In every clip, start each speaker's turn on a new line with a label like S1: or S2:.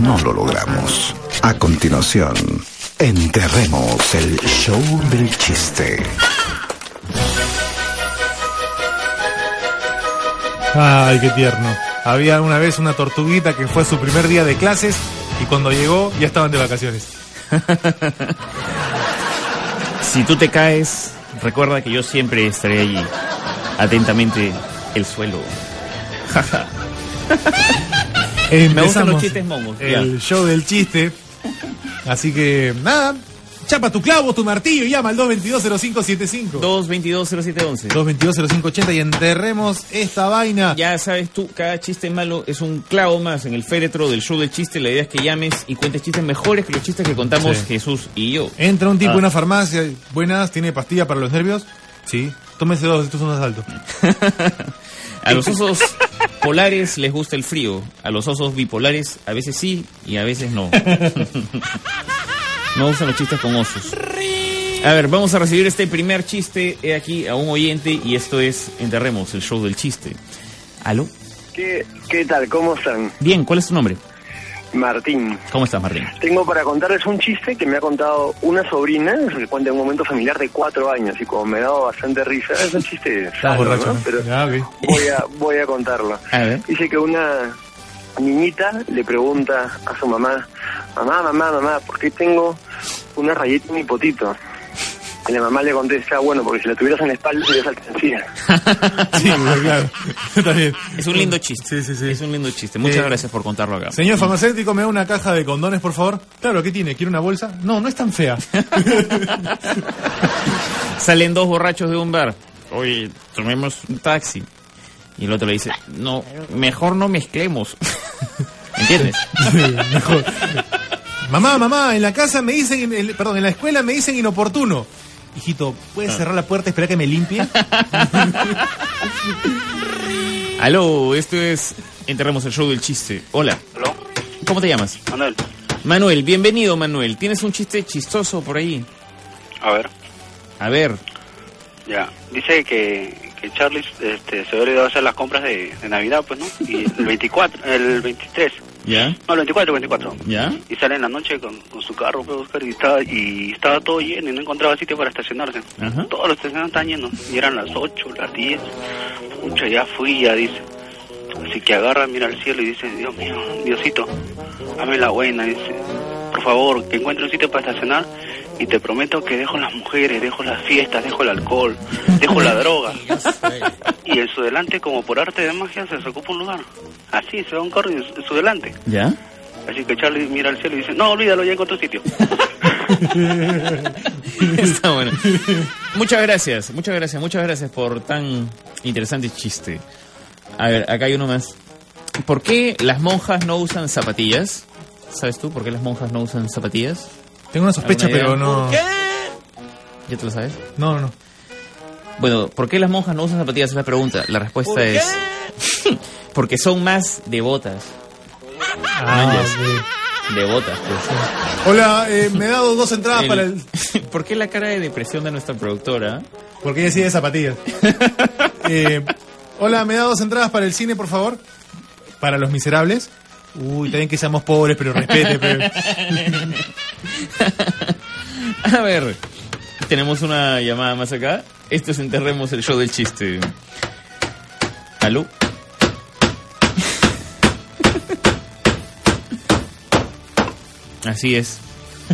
S1: no lo logramos. A continuación, enterremos el show del chiste.
S2: Ay, qué tierno. Había una vez una tortuguita que fue a su primer día de clases y cuando llegó ya estaban de vacaciones.
S3: Si tú te caes, recuerda que yo siempre estaré allí. Atentamente, el suelo.
S2: Empezamos
S3: gustan los chistes momos,
S2: El show del chiste. Así que, nada. Chapa tu clavo, tu martillo y llama al 222-0575.
S3: 2220711.
S2: 222-0580 y enterremos esta vaina.
S3: Ya sabes tú, cada chiste malo es un clavo más en el féretro del show del chiste. La idea es que llames y cuentes chistes mejores que los chistes que contamos
S2: Sí.
S3: Jesús y yo.
S2: Entra un tipo
S3: Ah.
S2: en una farmacia. y, Buenas, ¿tiene pastilla para los nervios? Sí. Tómese dos, esto es un asalto.
S3: A los osos polares les gusta el frío. A los osos bipolares a veces sí y a veces no. No usan los chistes con osos. A ver, vamos a recibir este primer chiste he aquí a un oyente y esto es Enterremos, el show del chiste. ¿Aló?
S4: ¿Qué, ¿Qué tal? ¿Cómo están?
S3: Bien, ¿cuál es tu nombre?
S4: Martín.
S3: ¿Cómo estás, Martín?
S4: Tengo para contarles un chiste que me ha contado una sobrina, que cuenta un momento familiar de cuatro años y como me ha dado bastante risa, es un chiste
S2: Estás
S4: sano,
S2: borracho.
S4: ¿no?
S2: ¿no?
S4: Pero
S2: Ya, ok.
S4: voy a, voy a contarlo.
S3: A ver.
S4: Dice que una niñita le pregunta a su mamá, mamá, mamá, mamá, ¿por qué tengo una rayita en mi potito? Y la mamá le contesta, bueno, porque si la tuvieras en la espalda serías alcancía.
S2: Sí, claro. Está bien.
S3: Es un lindo chiste.
S2: Sí, sí, sí.
S3: Es un lindo chiste. Muchas
S2: Eh,
S3: gracias por contarlo acá.
S2: Señor farmacéutico, ¿me da una caja de condones, por favor? Claro, ¿qué tiene? ¿Quiere una bolsa? No, no es tan fea.
S3: Salen dos borrachos de un bar. Oye, tomemos un taxi. Y el otro le dice, no, mejor no mezclemos. ¿Entiendes?
S2: Sí, mejor. Mamá, mamá, en la casa me dicen, en el- perdón, en la escuela me dicen inoportuno. Hijito, ¿puedes cerrar la puerta y esperar que me limpie?
S3: Aló, esto es Enterremos el Show del Chiste. Hola,
S5: ¿Aló?
S3: ¿cómo te llamas?
S5: Manuel,
S3: Manuel, bienvenido Manuel. ¿Tienes un chiste chistoso por ahí?
S5: a ver,
S3: A ver,
S5: ya. Dice que, que Charlie este, se había olvidado hacer las compras de, de Navidad, pues, ¿no? Y el 24, el 23,
S3: ¿ya?
S5: no, el 24, 24.
S3: ¿Ya?
S5: Y sale en la noche con, con su carro, pues, Oscar, y estaba, y estaba todo lleno y no encontraba sitio para estacionarse.
S3: Ajá.
S5: Todos los estacionamientos están llenos, y eran las 8, las 10. Mucho, ya fui, ya dice. Así que agarra, mira al cielo y dice, Dios mío, Diosito, dame la buena, dice. Por favor, que encuentre un sitio para estacionar y te prometo que dejo las mujeres, dejo las fiestas, dejo el alcohol, dejo la droga. Y en su delante, como por arte de magia, se ocupa un lugar. Así, se va un carro y en su- en su delante.
S3: ¿Ya?
S5: Así que Charlie mira al cielo y dice, no, olvídalo, ya encontré sitio.
S3: Está bueno. Muchas gracias, muchas gracias, muchas gracias por tan interesante chiste. A ver, acá hay uno más. ¿Por qué las monjas no usan zapatillas? ¿Sabes tú por qué las monjas no usan zapatillas?
S2: Tengo una sospecha,
S3: ¿Alguna idea?
S2: pero no.
S3: ¿Ya te lo sabes?
S2: No, no.
S3: Bueno, ¿por qué las monjas no usan zapatillas? Es la pregunta. La respuesta es... Porque son más devotas.
S2: Ah,
S3: Devotas, pues.
S2: ok. Hola, eh, me he dado dos entradas para el.
S3: ¿Por qué la cara de depresión de nuestra productora?
S2: Porque ella sigue de zapatillas. Eh, hola, ¿me da dos entradas para el cine, por favor? Para los miserables. Uy, también que seamos pobres, pero respete. pero-
S3: A ver, tenemos una llamada más acá. Esto es Enterremos el Show del Chiste. ¿Aló? Así es,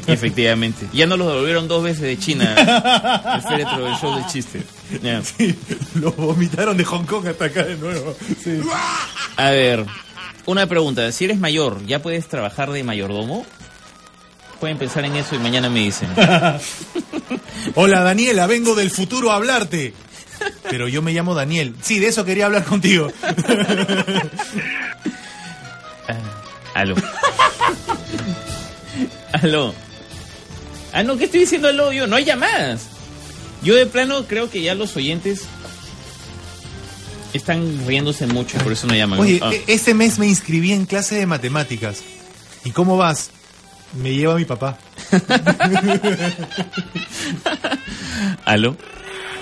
S3: efectivamente. Ya nos los devolvieron dos veces de China el féretro del Show del Chiste. Ya.
S2: Los vomitaron de Hong Kong hasta acá de nuevo. Sí.
S3: A ver, una pregunta. Si eres mayor, ¿ya puedes trabajar de mayordomo? Pueden pensar en eso y mañana me dicen.
S2: Hola Daniela, vengo del futuro a hablarte. Pero yo me llamo Daniel. Sí, de eso quería hablar contigo.
S3: Ah, aló. aló. Ah, no, ¿qué estoy diciendo aló? Yo, no hay llamadas. Yo de plano creo que ya los oyentes están riéndose mucho, por eso no llaman. ¿no?
S2: Oye,
S3: Ah,
S2: e- este mes me inscribí en clase de matemáticas. ¿Y cómo vas? Me lleva mi papá.
S3: aló.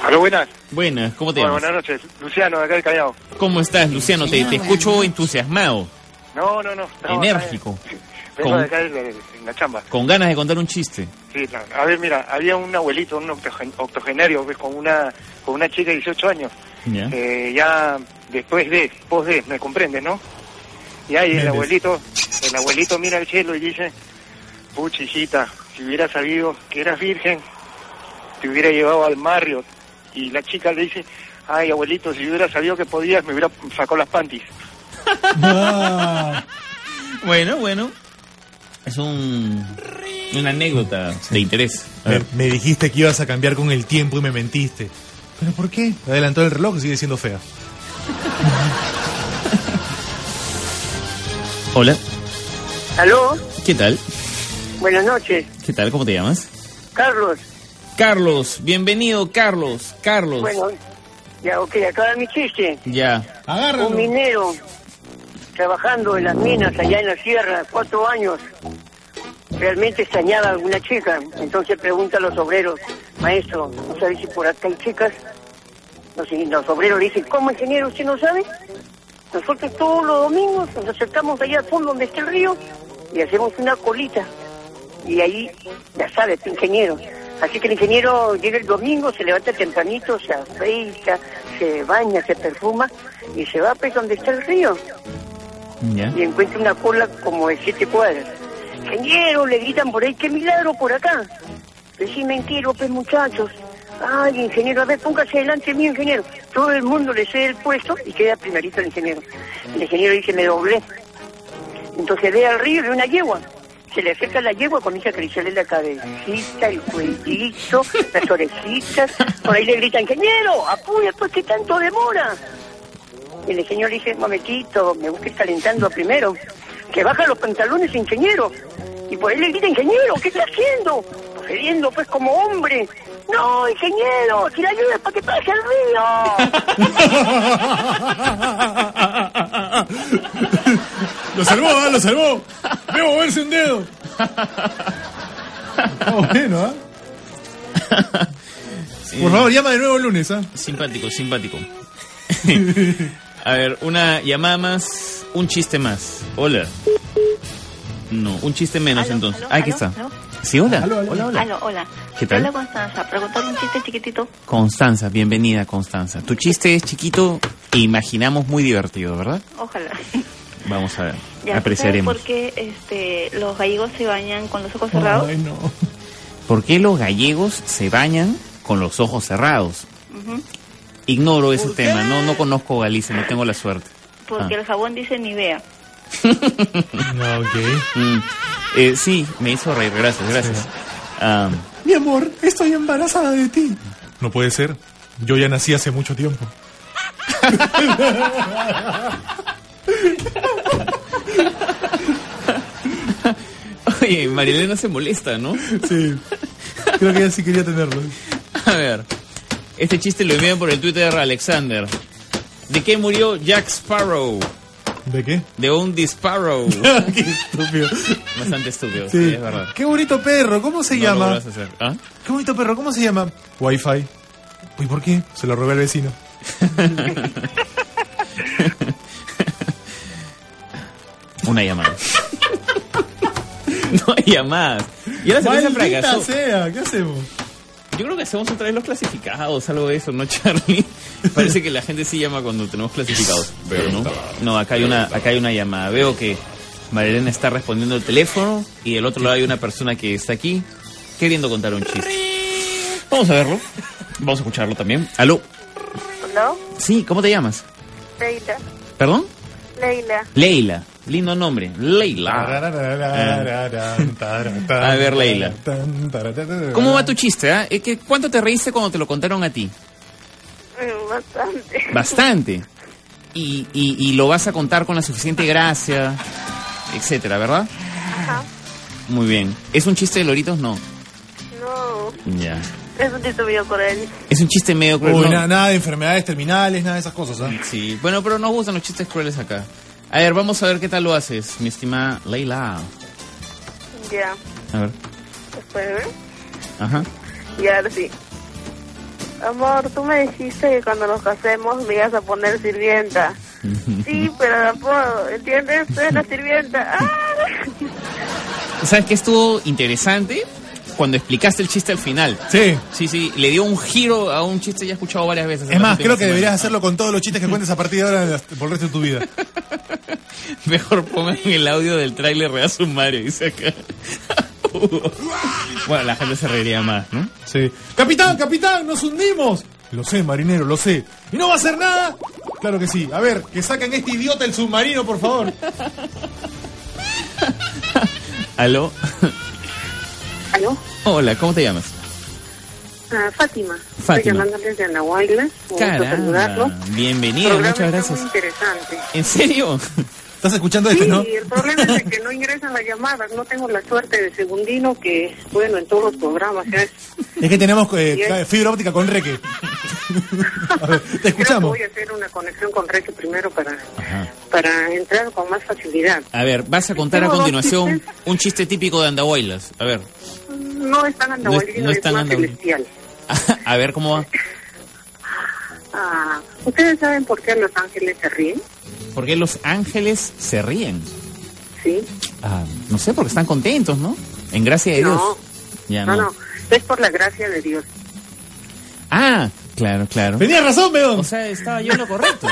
S4: Aló, buenas.
S3: Buenas, ¿cómo te llamas?
S4: noches. Luciano, de acá del Callao.
S3: ¿Cómo estás, Luciano? Te, te escucho entusiasmado,
S4: No, no, no.
S3: enérgico.
S4: Vengo
S3: Con-
S4: de acá en la, en la chamba.
S3: Con ganas de contar un chiste.
S4: Sí, claro. a ver, mira, había un abuelito, un octogen- octogenario, pues, con una, con una chica de 18 años.
S3: ¿Ya?
S4: Eh, ya después de, pos de, me comprendes, ¿no? Y ahí el
S2: Méndez.
S4: abuelito, el abuelito mira al cielo y dice, pucha hijita, si hubiera sabido que eras virgen, te hubiera llevado al Marriott. Y la chica le dice, ay abuelito, si hubiera sabido que podías, me hubiera sacado las panties.
S2: Ah,
S3: Bueno, bueno. Es un, una anécdota de interés. A
S2: me,
S3: ver.
S2: me dijiste que ibas a cambiar con el tiempo y me mentiste. ¿Pero por qué? Adelantó el reloj y sigue siendo fea.
S3: Hola,
S6: Aló,
S3: ¿qué tal?
S6: buenas noches.
S3: ¿Qué tal? ¿Cómo te llamas?
S6: Carlos,
S3: Carlos, bienvenido, Carlos. Carlos.
S6: bueno, ya, ok, acaba mi chiste.
S3: Ya.
S2: Agárralo.
S6: Un minero trabajando en las minas allá en la sierra, cuatro años. Realmente extrañaba a alguna chica. Entonces pregunta a los obreros, maestro, ¿no sabe si por acá hay chicas? Los, los obreros le dicen, ¿cómo ingeniero usted no sabe? Nosotros todos los domingos nos acercamos allá al fondo donde está el río y hacemos una colita. Y ahí, ya sabe, este ingeniero. Así que el ingeniero llega el domingo, se levanta tempranito, se afeita, se baña, se perfuma y se va pues donde está el río
S3: Ya.
S6: y encuentra una cola como de siete cuadras. Ingeniero, le gritan por ahí, qué milagro por acá. Pues sí, mentiro, pues muchachos. Ay, ingeniero, a ver, póngase delante mío, ingeniero. Todo el mundo le cede el puesto y queda primerito el ingeniero. El ingeniero dice, me doblé. Entonces ve al río y ve una yegua. Se le acerca la yegua, comienza a acariciarle la cabecita, el cuellito, las orejitas. Por ahí le gritan, ingeniero, apuya, pues, ¿qué tanto demora? Y el ingeniero le dice, un momentito, me busques calentando primero. Que baja los pantalones, ingeniero. Y por ahí le grita, ingeniero, ¿qué está haciendo? Procediendo pues como hombre. No, ingeniero, si la ayuda para que pase el río.
S2: Lo salvó, ¿ah? Lo salvó. Debo moverse un dedo. Oh, bueno, ¿ah? Por favor, llama de nuevo el lunes, ¿ah?
S3: Simpático, simpático. A ver, una llamada más, un chiste más. Hola. No, un chiste menos
S7: Aló,
S3: entonces.
S7: aló,
S3: Ah, aquí
S7: aló,
S3: está.
S7: aló.
S3: Sí, hola.
S2: Aló, aló.
S3: Hola, hola.
S7: Aló, hola.
S3: ¿Qué tal?
S7: Hola, Constanza. Preguntar un chiste chiquitito.
S3: Constanza, bienvenida Constanza. Tu chiste es chiquito e imaginamos muy divertido, ¿verdad?
S7: Ojalá.
S3: Vamos a ver,
S7: Ya,
S3: apreciaremos.
S7: ¿Sabes por qué este, los gallegos se bañan con los ojos cerrados?
S2: Ay, no.
S3: ¿Por qué los gallegos se bañan con los ojos cerrados?
S7: Ujú.
S3: Ignoro ese tema, no no conozco Galicia, no tengo la suerte.
S7: Porque
S3: Ah.
S7: el jabón dice Nivea.
S2: No, ok.
S3: Mm, eh, sí, me hizo reír, gracias, gracias. Ah,
S2: Mi amor, estoy embarazada de ti. No puede ser. Yo ya nací hace mucho tiempo.
S3: oye, Marilena se molesta, ¿no?
S2: Sí. Creo que ella sí quería tenerlo.
S3: A ver, este chiste lo envían por el Twitter Alexander. ¿De qué murió Jack Sparrow?
S2: ¿De qué?
S3: De un disparo.
S2: qué estúpido.
S3: Bastante estúpido, sí,
S2: Sí.
S3: es verdad.
S2: Qué bonito perro, ¿cómo se
S3: No lo
S2: llama?
S3: vuelvas a hacer. ¿Ah?
S2: Qué bonito perro, ¿cómo se llama? Wi-Fi. ¿Y por qué? Se lo robé al vecino.
S3: Una llamada. no hay llamadas. Y ahora se piensa fracasó.
S2: sea! ¿Qué hacemos?
S3: Yo creo que hacemos otra vez los clasificados, algo de eso, ¿no, Charlie? Parece que la gente sí llama cuando tenemos clasificados. Pero no. No, acá hay una, acá hay una llamada. Veo que Marilena está respondiendo el teléfono y del otro lado hay una persona que está aquí queriendo contar un chiste. Vamos a verlo. Vamos a escucharlo también. Aló.
S8: ¿No?
S3: Sí, ¿cómo te llamas?
S8: Leila.
S3: ¿Perdón?
S8: Leila.
S3: Leila. Lindo nombre. Leila.
S2: Ah. Eh. A
S3: ver, Leila. ¿Cómo va tu chiste? ah? Es que, ¿Cuánto te reíste cuando te lo contaron a ti?
S8: Mm, Bastante.
S3: Bastante. Y, y- y lo vas a contar con la suficiente gracia, etcétera, ¿verdad?
S8: Ajá.
S3: Muy bien. ¿Es un chiste de loritos? No.
S8: No.
S3: Ya.
S8: Es un título mío por él.
S3: Es un chiste medio cruel.
S2: Uy,
S3: ¿no?
S2: nada, nada de enfermedades terminales, nada de esas cosas, ¿ah?
S3: Sí. Bueno, pero nos gustan los chistes crueles acá. A ver, vamos a ver qué tal lo haces, mi estimada Leila.
S8: Ya.
S3: A ver.
S8: Después, ¿eh?
S3: Ajá.
S8: Y ahora sí. Amor, tú me dijiste que cuando nos casemos me ibas a poner sirvienta. Sí, pero de apodo, ¿entiendes? Tú eres la sirvienta. ¡Ah!
S3: ¿Sabes qué estuvo interesante? Cuando explicaste el chiste al final.
S2: Sí.
S3: Sí, sí, le dio un giro a un chiste ya escuchado varias veces. en
S2: Es
S3: las
S2: más,
S3: últimas
S2: creo que deberías
S3: semanas.
S2: hacerlo con todos los chistes que cuentes a partir de ahora en las- por el resto de tu vida.
S3: Mejor pongan el audio del tráiler Real Sumario, dice acá. bueno, la gente se reiría más, ¿no?
S2: Sí. Capitán, capitán, nos hundimos. Lo sé, marinero, lo sé. ¿Y no va a hacer nada? Claro que sí. A ver, que saquen este idiota el submarino, por favor.
S3: ¿Aló?
S6: ¿Aló?
S3: Hola, ¿cómo te llamas?
S6: Ah, Fátima. Estoy
S3: Fátima.
S6: llamando desde Anahuayla. Un gusto saludarlo.
S3: Caramba, bienvenida,
S6: Programa
S3: muchas
S6: está
S3: gracias.
S6: Muy interesante.
S3: ¿En serio?
S2: ¿Estás escuchando
S6: Sí,
S2: esto, no?
S6: el problema es de que no ingresan las llamadas. No tengo la suerte de segundino que, bueno, en todos los programas. ¿sabes?
S2: Es que tenemos eh,
S6: Bien.
S2: ca- fibra óptica con reque. A ver, te escuchamos.
S6: Creo que voy a hacer una conexión con Reiki primero para,
S3: Ajá.
S6: para entrar con más facilidad.
S3: A ver, vas a contar a
S6: Tengo dos
S3: continuación
S6: chistes.
S3: un chiste típico de Andahuaylas. A ver,
S6: No es tan andahuaylino,
S3: no es
S6: es,
S3: tan
S6: más
S3: andahuaylino.
S6: celestial.
S3: a ver cómo va.
S6: Ah, ¿Ustedes saben por qué los ángeles se ríen?
S3: ¿Por qué los ángeles se ríen?
S6: Sí.
S3: Ah, no sé, porque están contentos, ¿no? En gracia de
S6: No.
S3: Dios. Ya
S6: no,
S3: no.
S6: no. Es por la gracia de Dios.
S3: Ah, claro, claro.
S2: Tenías razón,
S3: O
S2: Beón.
S3: sea, estaba yo en lo correcto.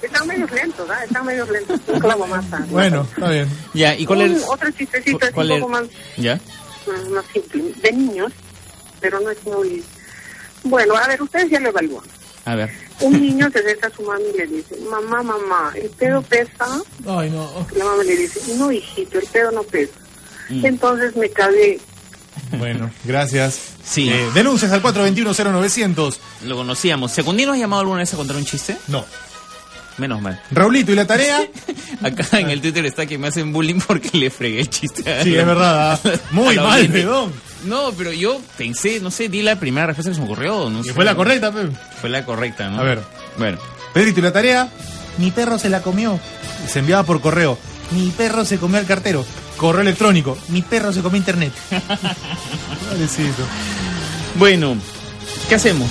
S6: Están medio lentos, ¿ah? Están medio lentos. Un clavo más. ah.
S2: Bueno, está bien.
S3: Ya, ¿y cuál
S6: Un-
S3: es?
S6: Otro chistecito Uh, así
S3: ¿Cuál
S6: un poco
S3: es?
S6: más,
S3: ¿Ya?
S6: más- más simple. De niños, pero no es muy... Bueno, a ver, ustedes ya lo evalúan.
S3: A ver.
S6: Un niño se acerca a su mami y le dice, mamá, mamá, el pedo pesa.
S2: Ay, no.
S6: La mamá le dice, no, hijito, el pedo no pesa.
S3: Mm.
S6: Entonces me cagué.
S2: Bueno, gracias.
S3: Sí.
S2: Eh, denuncias al 421-0900.
S3: Lo conocíamos. ¿Secundino has llamado alguna vez a contar un chiste?
S2: No.
S3: Menos mal.
S2: Raulito, ¿y la tarea?
S3: Acá en el Twitter está que me hacen bullying porque le fregué el chiste. a-
S2: Sí, es verdad. ah. Muy
S3: a la
S2: mal,
S3: oyente.
S2: Beón.
S3: No, pero yo pensé, no sé, di la primera respuesta que se me ocurrió. No
S2: Y
S3: sé.
S2: fue la correcta, pe.
S3: Fue la correcta, ¿no?
S2: A ver.
S3: Bueno.
S2: Pedrito, ¿y la tarea? Mi perro se la comió. Se enviaba por correo. Mi perro se comió al cartero. Correo electrónico. Mi perro se comió internet. Pobrecito.
S3: Bueno, ¿qué hacemos?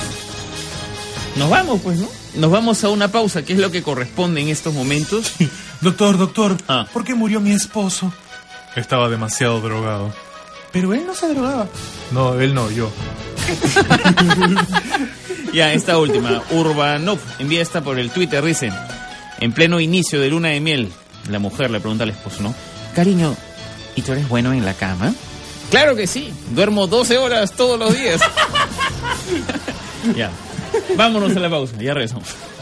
S3: Nos vamos, pues, ¿no? Nos vamos a una pausa, que es lo que corresponde en estos momentos.
S2: Doctor, doctor,
S3: Ah.
S2: ¿por qué murió mi esposo? Estaba demasiado drogado. Pero él no se drogaba. No, él no, yo.
S3: Ya, esta última. Urbanov envía esta por el Twitter, dice. En pleno inicio de luna de miel, la mujer le pregunta al esposo, ¿no? Cariño, ¿y tú eres bueno en la cama? Claro que sí. Duermo 12 horas todos los días. ya. Vámonos a la pausa. Ya regresamos.